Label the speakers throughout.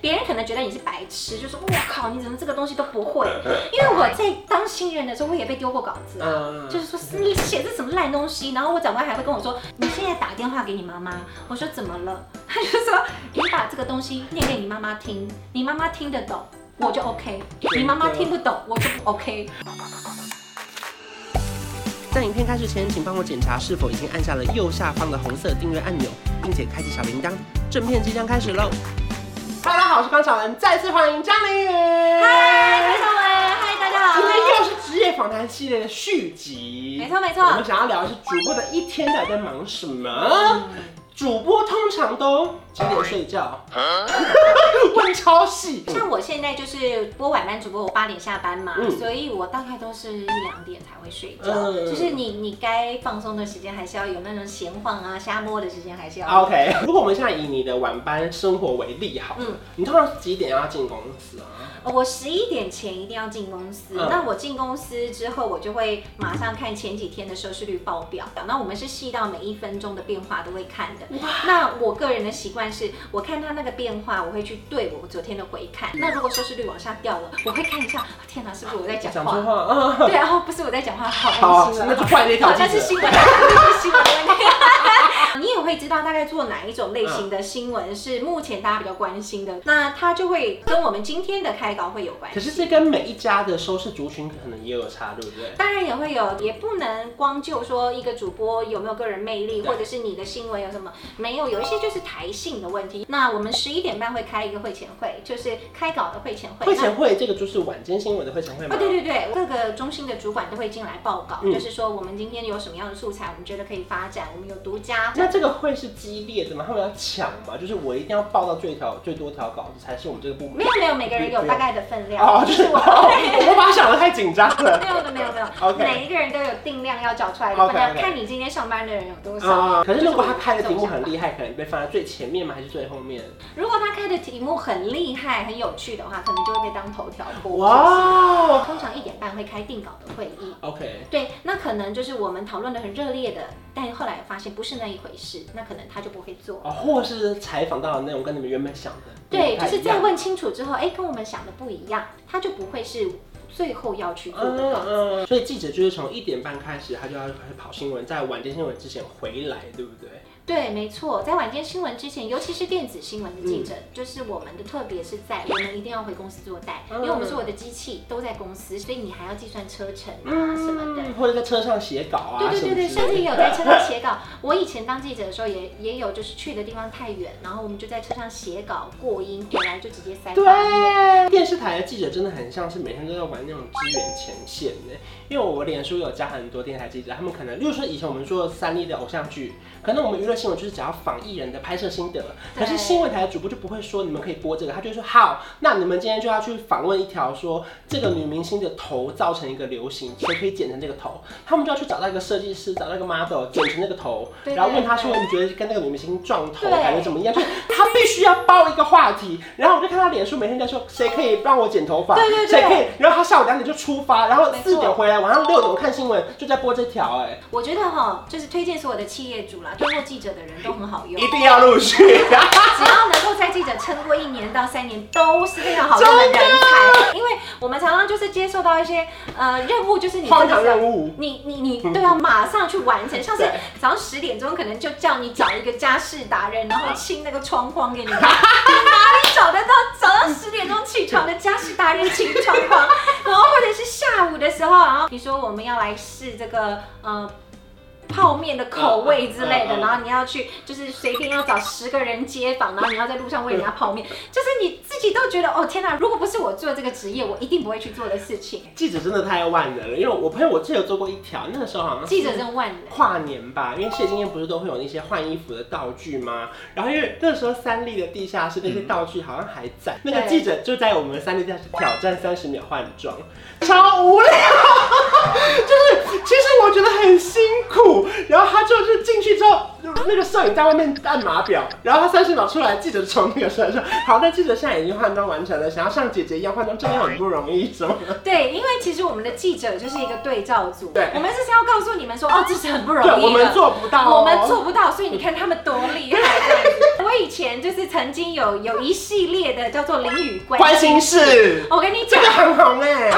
Speaker 1: 别人可能觉得你是白痴，就说我靠，你怎么这个东西都不 会？因为我在当新人的时候，我也被丢过稿子啊，
Speaker 2: 嗯，
Speaker 1: 就是说你写这什么烂东西，然后我长官还会跟我说，你现在打电话给你妈妈，我说怎么了？ 他就说你把这个东西念给你妈妈听，你妈妈听得懂。我就 OK，你妈妈听不懂，我就不 OK。
Speaker 2: 在影片开始前，请帮我检查是否已经按下了右下方的红色订阅按钮，并且开启小铃铛。正片即将开始喽！哈喽，大家好，我是方小文，再次欢迎张凌云。
Speaker 1: 嗨，裴少文，嗨，大家好
Speaker 2: 今。天又是职业访谈系列的续集，
Speaker 1: 没错没错
Speaker 2: 我们想要聊的是主播的一天到底在忙什么。主播通常都几点睡觉？问超细。
Speaker 1: 像我现在就是播晚班主播，我八点下班嘛，
Speaker 2: 嗯
Speaker 1: 所以我大概都是一两点才会睡觉。
Speaker 2: 嗯
Speaker 1: 就是你你该放松的时间还是要有，那种闲晃啊、瞎摸的时间还是要。
Speaker 2: OK，如果我们现在以你的晚班生活为例好，
Speaker 1: 嗯
Speaker 2: 嗯，你通常几点要进公司啊？
Speaker 1: 呃我十一点前一定要进公司。
Speaker 2: 嗯
Speaker 1: 那我进公司之后，我就会马上看前几天的收视率报表。那我们是细到每一分钟的变化都会看的。那我个人的习惯是，我看它那个变化，我会去对我昨天的回看。那如果收视率往下掉了，我会看一下，啊天哪，是不是我在讲
Speaker 2: 讲
Speaker 1: 话
Speaker 2: 错？话 啊！
Speaker 1: 对，然后不是我在讲话，
Speaker 2: 好
Speaker 1: 好
Speaker 2: 啊
Speaker 1: 担，心
Speaker 2: 那
Speaker 1: 了。
Speaker 2: 就换一条
Speaker 1: 好
Speaker 2: 记
Speaker 1: 像是
Speaker 2: 者。
Speaker 1: 新闻， 那是新闻的问题。 你也会知道大概做哪一种类型的新闻是目前大家比较关心的，那它就会跟我们今天的开稿会有关
Speaker 2: 可。是这跟每一家的收视族群可能也有差，对不对？
Speaker 1: 当然也会有，也不能光就说一个主播有没有个人魅力，
Speaker 2: 对
Speaker 1: 或者是你的新闻有什么没有，有一些就是台性的问题。那我们十一点半会开一个会前会，就是开稿的会前会。
Speaker 2: 会前会这个就是晚间新闻的会前会
Speaker 1: 啊，
Speaker 2: 吗？
Speaker 1: 对对对，各个中心的主管都会进来报告，
Speaker 2: 嗯
Speaker 1: 就是说我们今天有什么样的素材，我们觉得可以发展，我们有独家。
Speaker 2: 那这个会是激烈的吗？他们要抢吗？就是我一定要报到最条最多条稿子才是我们这个部门
Speaker 1: 没。有没有，每个人有大概的分量，
Speaker 2: 哦，
Speaker 1: 就
Speaker 2: 就是是
Speaker 1: 我。
Speaker 2: 哦，我把它想的太紧张 了。
Speaker 1: 没有的，没 有没有
Speaker 2: OK
Speaker 1: 每一个人都有定量要找出来的分
Speaker 2: OK，OK
Speaker 1: 量看你今天上班的人有多少。
Speaker 2: 啊、可是如果他开的题目很厉害，可能被放在最前面吗？还是最后面？
Speaker 1: 如果他开的题目很厉害、很有趣的话，可能就会被当头条播。
Speaker 2: 哇
Speaker 1: 通常一点半会开定稿的会议，
Speaker 2: ，OK，
Speaker 1: 对，那可能就是我们讨论的很热烈的，但后来发现不是那一回事，那可能他就不会做。
Speaker 2: 哦，或是采访到的内容跟你们原本想的
Speaker 1: 对，就
Speaker 2: 不太
Speaker 1: 是
Speaker 2: 一
Speaker 1: 在
Speaker 2: 样。
Speaker 1: 问清楚之后，哎，跟我们想的不一样，他就不会是最后要去做的稿。
Speaker 2: 嗯嗯，所以记者就是从一点半开始，他就要开始跑新闻，在晚间新闻之前回来，对不对？
Speaker 1: 对，没错，在晚间新闻之前，尤其是电子新闻的记者，
Speaker 2: 嗯
Speaker 1: 就是我们的特别是在我们一定要回公司做带，
Speaker 2: 嗯
Speaker 1: 因为我们所有的机器都在公司，所以你还要计算车程啊什么的。
Speaker 2: 嗯，或者在车上写稿啊，
Speaker 1: 对对对对，
Speaker 2: 什么
Speaker 1: 甚
Speaker 2: 之
Speaker 1: 至
Speaker 2: 类
Speaker 1: 也
Speaker 2: 的
Speaker 1: 有在车上写稿。我以前当记者的时候也，也有就是去的地方太远，然后我们就在车上写稿过音，回来就直接塞发
Speaker 2: 对，电视台的记者真的很像是每天都在玩那种支援前线呢。因为我脸书有加很多电视台记者，他们可能，例如说以前我们说三立的偶像剧，可能我们娱乐新闻就是只要仿艺人的拍摄心得，可是
Speaker 1: 对
Speaker 2: 新闻台的主播就不会说你们可以播这个，他就会说好，那你们今天就要去访问一条说这个女明星的头造成一个流行，谁可以剪成这个头，他们就要去找到一个设计师，找到一个 model 剪成那个头，
Speaker 1: 对对
Speaker 2: 然后问他说
Speaker 1: 对
Speaker 2: 你觉得跟那个女明星撞头
Speaker 1: 对
Speaker 2: 感觉怎么样？就是他必须要包一个话题，然后我就看他脸书每天在说谁可以帮我剪头发，
Speaker 1: 对对对
Speaker 2: 谁可以，然后他下午两点就出发，然后
Speaker 1: 没错
Speaker 2: 四点回来，晚上六点我看新闻就在播这条，哎，
Speaker 1: 我觉得哈，就是推荐所有的企业主啦，当过记者的人都很好用
Speaker 2: 一。定要录取。
Speaker 1: 只要能够在记者撑过一年到三年，都是非常好用的人才。因为我们常常就是接受到一些呃任务，就是你
Speaker 2: 荒
Speaker 1: 真的
Speaker 2: 唐
Speaker 1: 是
Speaker 2: 任务，嗯
Speaker 1: 你你你都要马上去完成，像是
Speaker 2: 对
Speaker 1: 早上十点钟可能就叫你找一个家事达人，
Speaker 2: 啊
Speaker 1: 然后清那个窗框给你看，你哪里找得到早上十点钟起床的家事达人清窗框？然后或者是下午的时候，然后你说我们要来试这个呃。泡面的口味之类的，
Speaker 2: 嗯嗯嗯
Speaker 1: 然后你要去就是随便要找十个人街访，然后你要在路上喂人家泡面，就是你自己都觉得哦天哪，如果不是我做这个职业，我一定不会去做的事情。
Speaker 2: 记者真的太万能了，因为我朋友我记得有做过一条，那个时候好像是
Speaker 1: 记者真的万能。
Speaker 2: 跨年吧，因为谢金燕不是都会有那些换衣服的道具吗？然后因为那时候三立的地下室那些道具好像还在，那个记者就在我们三立地下室挑战三十秒换装，超无聊。就是其实我觉得很辛苦，然后他就是进去之后，那个摄影在外面按码表，然后他三十秒出来，记者从那个出来说，好，那记者现在已经换装完成了，想要像姐姐一样换装真的很不容易，什么的。
Speaker 1: 对，因为其实我们的记者就是一个对照组，
Speaker 2: 对
Speaker 1: 我们就是要告诉你们说，哦，这是很不容易
Speaker 2: 对，
Speaker 1: 的，
Speaker 2: 我们做不到、哦，
Speaker 1: 我们做不到，所以你看他们多厉害这样子。我以前就是曾经有有一系列的叫做淋雨关
Speaker 2: 关心事，
Speaker 1: 我跟你
Speaker 2: 这
Speaker 1: 讲
Speaker 2: 个。很红哎、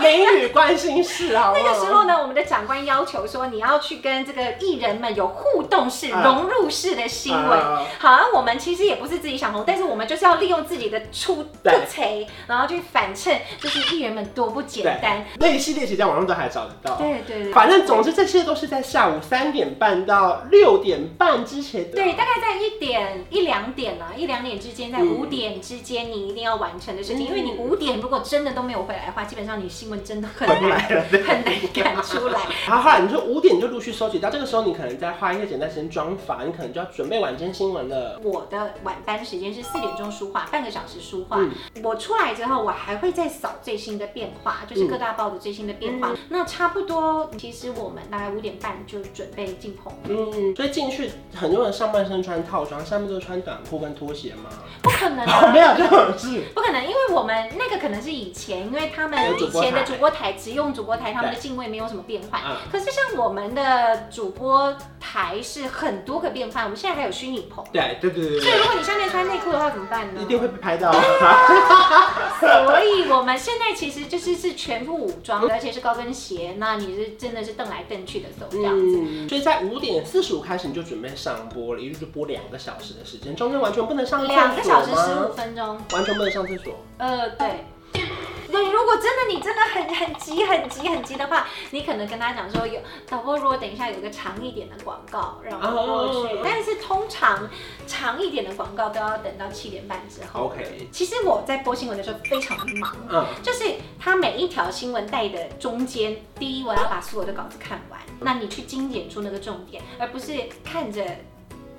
Speaker 2: 淋雨关心事，好不
Speaker 1: 那
Speaker 2: 好？
Speaker 1: 个时候呢，我们的长官要求说，你要去跟这个艺人们有互动式、
Speaker 2: 啊
Speaker 1: 融入式的新闻
Speaker 2: 啊。
Speaker 1: 好像我们其实也不是自己想红，但是我们就是要利用自己的出不
Speaker 2: 对
Speaker 1: 才，然后去反衬，就是艺人们多不简单。
Speaker 2: 那一系列其实在网上都还找得到。
Speaker 1: 对对对。
Speaker 2: 反正总之这些都是在下午三点半到六点半之前的。
Speaker 1: 对，大概在一点一两点啦、一两点之间，在
Speaker 2: 嗯
Speaker 1: 五点之间，你一定要完成的事情，
Speaker 2: 嗯
Speaker 1: 因为你五点如果真的都没有回来的话，基本上你新闻真的很
Speaker 2: 回不
Speaker 1: 难
Speaker 2: 来了，对。
Speaker 1: 很难赶出来。
Speaker 2: 然后后来你就五点就陆续收集到，这个时候你可能在花一些简单时间装法，你可能就要准备晚间新闻了。
Speaker 1: 我的晚班时间是四点钟书画，半个小时书画。
Speaker 2: 嗯
Speaker 1: 我出来之后，我还会再扫最新的变化，
Speaker 2: 嗯
Speaker 1: 就是各大报的最新的变化。那差不多，其实我们大概五点半就准备进 棚，
Speaker 2: 嗯，所以进去很多人上半身穿套装，下面就穿短裤跟拖鞋嘛。
Speaker 1: 不可能、
Speaker 2: 哦，
Speaker 1: 啊
Speaker 2: 没。有这种事。
Speaker 1: 不可能，因为我们那个可能是以前，因为他们
Speaker 2: 有主
Speaker 1: 以
Speaker 2: 播台
Speaker 1: 前的主播台只用主播台，他们的定位没有什么变换
Speaker 2: 嗯。
Speaker 1: 可是像我们的主播台是很多个变换，我们现在还有虚拟棚，
Speaker 2: 对对对对
Speaker 1: 所以
Speaker 2: 对
Speaker 1: 如果你下面穿内裤的话怎么办呢？
Speaker 2: 一定会被拍到。
Speaker 1: 所以我们现在其实就是是全副武装，
Speaker 2: 嗯
Speaker 1: 而且是高跟鞋，那你是真的是蹬来蹬去的走这样子。
Speaker 2: 嗯，所以在五点四十五开始你就准备上播了，一路就播两个小时的时间，中间完全不能上厕所嗯吗
Speaker 1: 两个小时十五分钟，
Speaker 2: 完全不能上厕所。
Speaker 1: 呃，对。对，如果真的你真的很很急很急很急的话，你可能跟他讲说有导播，如果等一下有个长一点的广告让我过去
Speaker 2: 哦，
Speaker 1: 但是通常长一点的广告都要等到七点半之后。
Speaker 2: OK，
Speaker 1: 其实我在播新闻的时候非常忙，
Speaker 2: 嗯，
Speaker 1: 就是它每一条新闻带的中间，第一我要把所有的稿子看完，那你去精简出那个重点，而不是看着。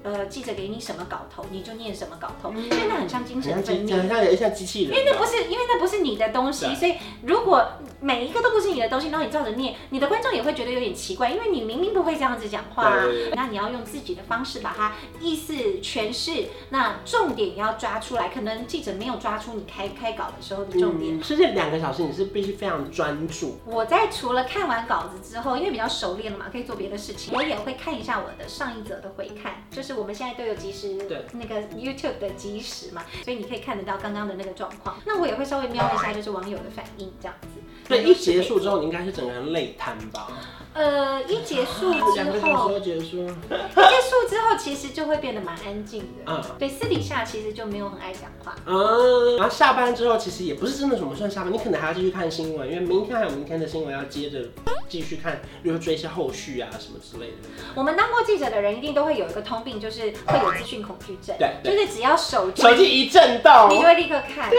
Speaker 1: 呃，记者给你什么稿头，你就念什么稿头，因为嗯那很像精
Speaker 2: 你
Speaker 1: 神
Speaker 2: 像
Speaker 1: 分
Speaker 2: 机，
Speaker 1: 裂。
Speaker 2: 像像像机器人。
Speaker 1: 因为那不是，因为那不是你的东西，
Speaker 2: 对
Speaker 1: 所以如果每一个都不是你的东西，然后你照着念，你的观众也会觉得有点奇怪，因为你明明不会这样子讲话、啊
Speaker 2: 对对对，
Speaker 1: 那你要用自己的方式把它意思诠释，那重点要抓出来，可能记者没有抓出你开开稿的时候的重点。
Speaker 2: 嗯，所以这两个小时你是必须非常专注。
Speaker 1: 我在除了看完稿子之后，因为比较熟练了嘛，可以做别的事情，我也会看一下我的上一则的回看，就是我们现在都有即时
Speaker 2: 对
Speaker 1: 那个 YouTube 的即时嘛，所以你可以看得到刚刚的那个状况。那我也会稍微瞄一下，就是网友的反应这样子。
Speaker 2: 所以一结束之后，你应该是整个人累瘫吧？
Speaker 1: 呃，一结束之
Speaker 2: 两个小时
Speaker 1: 后，
Speaker 2: 就结束。
Speaker 1: 一结束之后其实就会变得蛮安静的。
Speaker 2: 嗯
Speaker 1: 对，私底下其实就没有很爱讲话。
Speaker 2: 嗯，然后下班之后其实也不是真的什么算下班，你可能还要继续看新闻，因为明天还有明天的新闻要接着继续看，比如说追一些后续啊什么之类的。
Speaker 1: 我们当过记者的人一定都会有一个通病，就是会有资讯恐惧症，
Speaker 2: 对对
Speaker 1: 就是只要手机
Speaker 2: 手机一震
Speaker 1: 你就
Speaker 2: 动，
Speaker 1: 会立刻看，但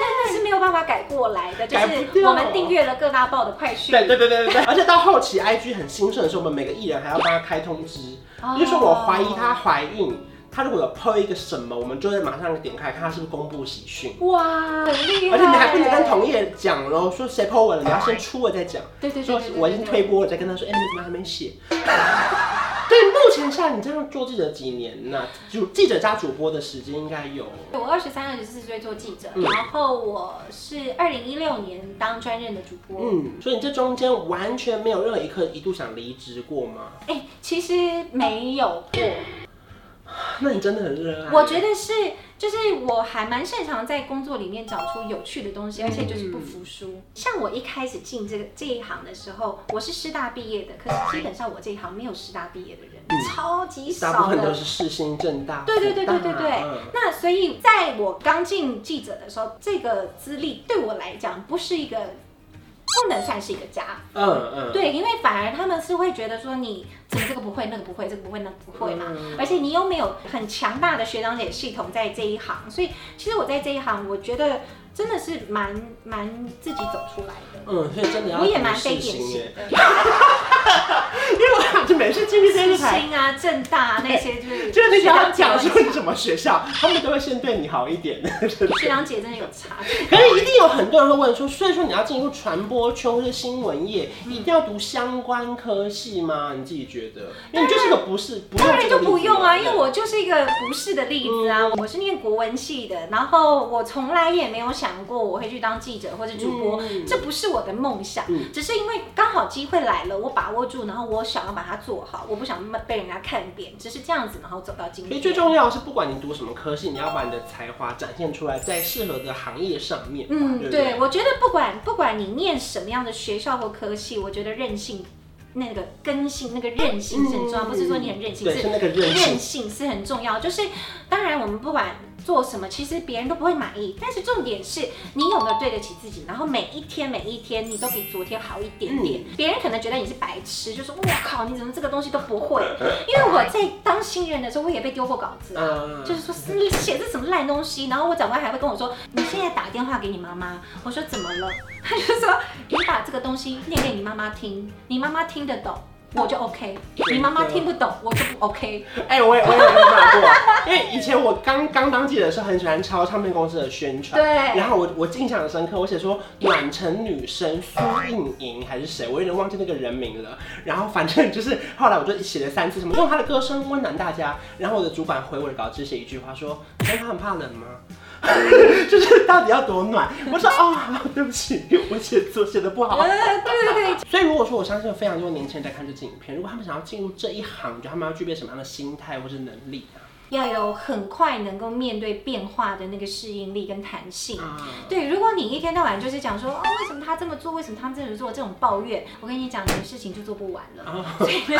Speaker 1: 那是没有办法改过来的，就
Speaker 2: 改不
Speaker 1: 是
Speaker 2: 掉
Speaker 1: 我们订阅了各大报的快讯，
Speaker 2: 对对对对对对，而且到后期 IG 很兴盛的时候，我们每个艺人还要帮他开通知，
Speaker 1: 哦
Speaker 2: 就说我怀疑她怀孕，她如果有 PO 一个什么，我们就会马上点开看她是不是公布喜讯。
Speaker 1: 哇，很厉害，
Speaker 2: 而且你还不能跟同业讲喽，说谁 po 文了，你要先出了再讲。
Speaker 1: 对对对
Speaker 2: 说
Speaker 1: 对对哦对
Speaker 2: 我已经推播了，再跟他说，哎、你怎么还没写？对，目前下来你这样做记者几年呢、主记者加主播的时间应该有。
Speaker 1: 我二十三、二十四岁做记者，
Speaker 2: 嗯
Speaker 1: 然后我是二零一六年当专任的主播，
Speaker 2: 嗯，所以你这中间完全没有任何一刻一度想离职过吗？
Speaker 1: 哎、其实没有过，
Speaker 2: 那你真的很热爱。
Speaker 1: 我觉得是，就是我还蛮擅长在工作里面找出有趣的东
Speaker 2: 嗯
Speaker 1: 西，而且就是不服输。像我一开始进这个这一行的时候，我是师大毕业的，可是基本上我这一行没有师大毕业的人，超级
Speaker 2: 嗯大部
Speaker 1: 少
Speaker 2: 分都
Speaker 1: 的。
Speaker 2: 是世新正大。
Speaker 1: 对对对对对对
Speaker 2: 嗯，
Speaker 1: 那所以在我刚进记者的时候，这个资历对我来讲不是一个，不能算是一个加
Speaker 2: 嗯嗯，
Speaker 1: 对，因为反而他们是会觉得说你怎么这个不会，那个不会，这个不会，那个不会嘛。
Speaker 2: 嗯
Speaker 1: 而且你又没有很强大的学长姐系统在这一行，所以其实我在这一行，我觉得真的是蛮蛮自己走出来的。
Speaker 2: 嗯，所以真的要
Speaker 1: 我也蛮
Speaker 2: 读世
Speaker 1: 非典
Speaker 2: 新
Speaker 1: 型
Speaker 2: 耶，
Speaker 1: 的，
Speaker 2: 因为我就每次进去电
Speaker 1: 世
Speaker 2: 视台，
Speaker 1: 新啊、正大啊那些就是，
Speaker 2: 就是你只要
Speaker 1: 学
Speaker 2: 讲
Speaker 1: 长姐
Speaker 2: 说你什么学校，他们都会先对你好一点。
Speaker 1: 学长姐真的有差距。
Speaker 2: 可是一定有很多人会问说，所以说你要进入传播圈或是新闻业，一定要读相关科系吗？你自己觉觉得？因为你就是个不是，不用
Speaker 1: 当然
Speaker 2: 这个
Speaker 1: 就
Speaker 2: 例
Speaker 1: 不
Speaker 2: 子
Speaker 1: 用
Speaker 2: 嘛
Speaker 1: 啊，因为我就是一个不是的例子
Speaker 2: 嗯
Speaker 1: 啊。我是念国文系的，然后我从来也没有想过我会去当记者或者主播，
Speaker 2: 嗯
Speaker 1: 这不是我的梦想。
Speaker 2: 嗯
Speaker 1: 只是因为刚好机会来了，我把握住，然后我想要把它做好，我不想被人家看扁，只是这样子，然后走到今
Speaker 2: 所以
Speaker 1: 天。
Speaker 2: 最重要的是，不管你读什么科系，你要把你的才华展现出来，在适合的行业上面嘛。啊对
Speaker 1: 嗯，
Speaker 2: 不
Speaker 1: 对，我觉得不管不管你念什么样的学校或科系，我觉得韧性。那个更新，那个韧性是很重要，
Speaker 2: 嗯
Speaker 1: 不是说你很任性，
Speaker 2: 对是那个韧性
Speaker 1: 韧性是很重要。就是当然我们不管做什么，其实别人都不会满意，但是重点是你有没有对得起自己，然后每一天每一天你都比昨天好一点
Speaker 2: 嗯
Speaker 1: 点。别人可能觉得你是白痴，就说我靠，你怎么这个东西都不会？因为我在当新人的时候，我也被丢过稿子啊。
Speaker 2: 嗯，
Speaker 1: 就是说是写这什么烂东西，然后我长官还会跟我说，你现在打电话给你妈妈。我说怎么了？他就说你把这个东西念给你妈妈听，你妈妈听得懂。我就 OK，你妈妈听不懂，我就不 OK。
Speaker 2: 哎、我也我也有骂过，啊因为以前我刚刚当记者的时候，很喜欢抄唱片公司的宣传。
Speaker 1: 对
Speaker 2: 然后我我印象很深刻，我写说暖城女神苏应莹还是谁，我有点忘记那个人名了。然后反正就是后来我就写了三次，什么用她的歌声温暖大家。然后我的主管回我的稿只写一句话说：“你觉得她很怕冷吗？” 就是到底要多暖？我说哦，好对不起，我写作写的不好。
Speaker 1: 呃，对对对，
Speaker 2: 所以如果说我相信有非常多年轻人在看这支影片，如果他们想要进入这一行，你觉得他们要具备什么样的心态或是能力啊？
Speaker 1: 要有很快能够面对变化的那个适应力跟弹性。
Speaker 2: 啊，
Speaker 1: 对，如果你一天到晚就是讲说哦，为什么他这么做，为什么他这么做，这种抱怨，我跟你讲，你的事情就做不完了。所以呢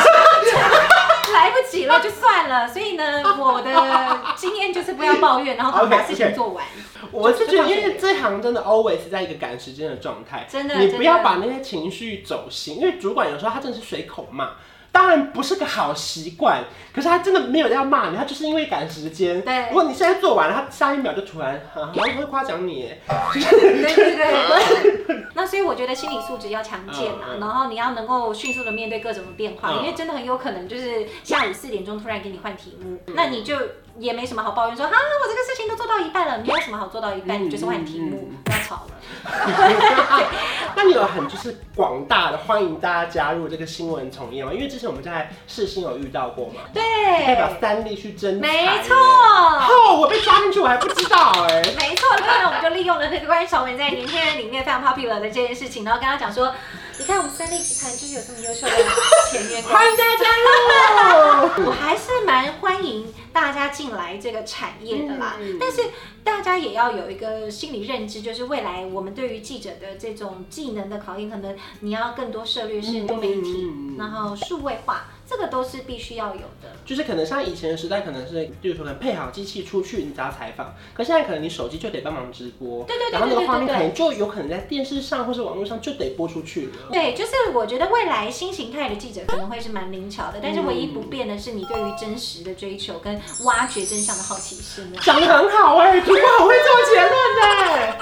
Speaker 1: 来不及 了，就算了。所以呢，我的经验就是不要抱怨，然后把
Speaker 2: OK，OK
Speaker 1: 事情做完。
Speaker 2: 我是觉得，
Speaker 1: 就
Speaker 2: 因
Speaker 1: 是
Speaker 2: 为这行真的 always 在一个赶时间的状态，
Speaker 1: 真的
Speaker 2: 你
Speaker 1: 真
Speaker 2: 不
Speaker 1: 的
Speaker 2: 要把那些情绪走心，因为主管有时候他真的是随口骂。当然不是个好习惯，可是他真的没有要骂你，他就是因为赶时间。
Speaker 1: 对
Speaker 2: 如果你现在做完了，他下一秒就突然，啊、我会夸奖你耶。
Speaker 1: 对对对 对。那所以我觉得心理素质要强健啊
Speaker 2: 嗯嗯，
Speaker 1: 然后你要能够迅速的面对各种的变化，
Speaker 2: 嗯
Speaker 1: 因为真的很有可能就是下午四点钟突然给你换题目，
Speaker 2: 嗯
Speaker 1: 那你就。也没什么好抱怨说，啊，我这个事情都做到一半了，没有什么好做到一半，
Speaker 2: 嗯
Speaker 1: 你就是换题目
Speaker 2: 嗯，
Speaker 1: 不要吵了。
Speaker 2: 那你有很就是广大的欢迎大家加入这个新闻从业吗？因为之前我们在世新有遇到过嘛。代表
Speaker 1: 对，
Speaker 2: 三立去争
Speaker 1: 没错。
Speaker 2: 哦，我被抓进去我还不知道哎、
Speaker 1: 没错，当然我们就利用了那个关于小文在年轻人里面非常 popular 的这件事情，然后跟他讲说，你看我们三立集团就是有这么优秀的前员工。
Speaker 2: 欢迎大家 加入。
Speaker 1: 我还是蛮欢迎大家进来这个产业的啦，
Speaker 2: 嗯
Speaker 1: 但是大家也要有一个心理认知，就是未来我们对于记者的这种技能的考验，可能你要更多涉猎是多媒体，
Speaker 2: 嗯嗯嗯
Speaker 1: 然后数位化，这个都是必须要有的。
Speaker 2: 就是可能像以前的时代，可能是，比如说可能配好机器出去，你只要采访。可现在可能你手机就得帮忙直播，
Speaker 1: 对对对
Speaker 2: 然后那个
Speaker 1: 对对
Speaker 2: 画面
Speaker 1: 对
Speaker 2: 可
Speaker 1: 对
Speaker 2: 能就有可能在电视上或是网络上就得播出去了。
Speaker 1: 对，就是我觉得未来新形态的记者可能会是蛮灵巧的，但是唯一不变的是你对于真实的追求跟挖掘真相的好奇心啊。
Speaker 2: 讲得很好哎、主管很会做结论哎、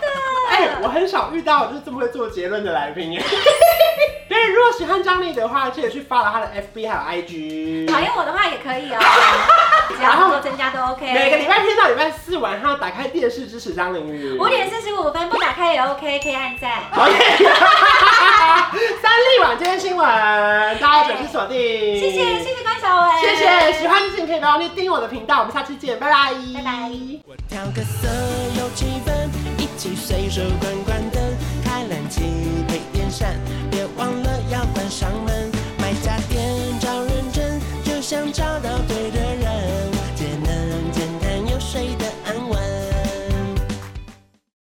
Speaker 2: 哎、我很少遇到就是这么会做结论的来 宾哎。对，如果喜欢张力的话，记得去发了他的 FB 还有 IG。
Speaker 1: 讨厌我的话也可以哦，只要工作增加都 OK。
Speaker 2: 每个礼拜天到礼拜四晚上打开电视支持张凌云。
Speaker 1: 五点四十五分不打开也 OK，可以按赞。
Speaker 2: OK，三立晚间新闻，大家准时锁定。
Speaker 1: 谢谢谢谢关小文，
Speaker 2: 谢谢，喜欢的视频可以不要忘记订阅我的频道，我们下期见，拜拜，
Speaker 1: 拜拜。
Speaker 3: 我调个色有气氛，一起随手关关灯。